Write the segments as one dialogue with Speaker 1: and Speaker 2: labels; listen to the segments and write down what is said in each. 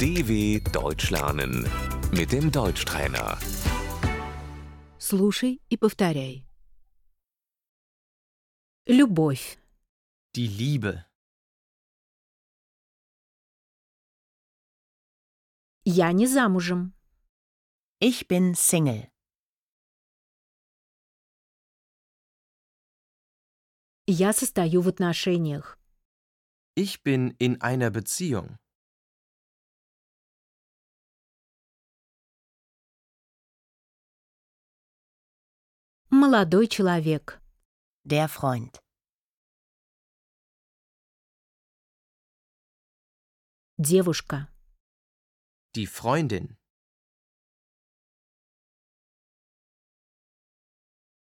Speaker 1: DW Deutsch lernen mit dem Deutschtrainer.
Speaker 2: Слушай и повторяй. Любовь,
Speaker 3: Die Liebe,
Speaker 2: я не замужем,
Speaker 4: Ich bin Single.
Speaker 2: я состою в отношениях,
Speaker 3: ich bin in einer Beziehung.
Speaker 2: молодой человек,
Speaker 4: Der Freund.
Speaker 2: девушка,
Speaker 3: Die Freundin,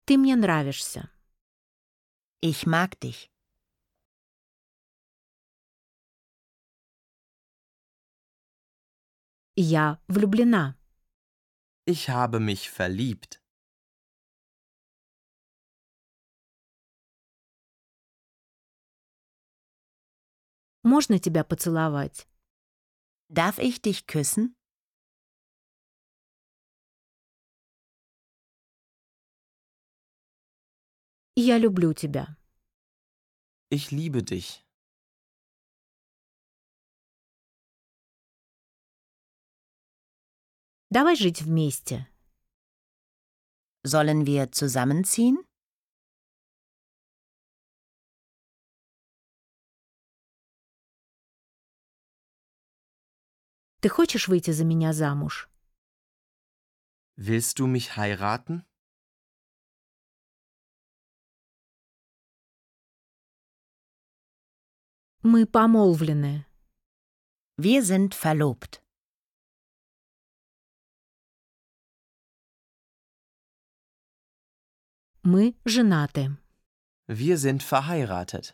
Speaker 2: ты мне нравишься,
Speaker 4: Ich mag dich.
Speaker 2: я влюблена,
Speaker 3: ich habe mich verliebt.
Speaker 2: можно тебя поцеловать,
Speaker 4: Darf ich dich küssen?
Speaker 2: я люблю тебя.
Speaker 3: Ich liebe dich.
Speaker 2: Давай жить вместе.
Speaker 4: Sollen wir zusammenziehen?
Speaker 2: Ты хочешь выйти за меня замуж?
Speaker 3: Willst du mich heiraten?
Speaker 2: Мы помолвлены.
Speaker 4: Wir sind verlobt.
Speaker 2: Мы женаты.
Speaker 3: Wir sind verheiratet.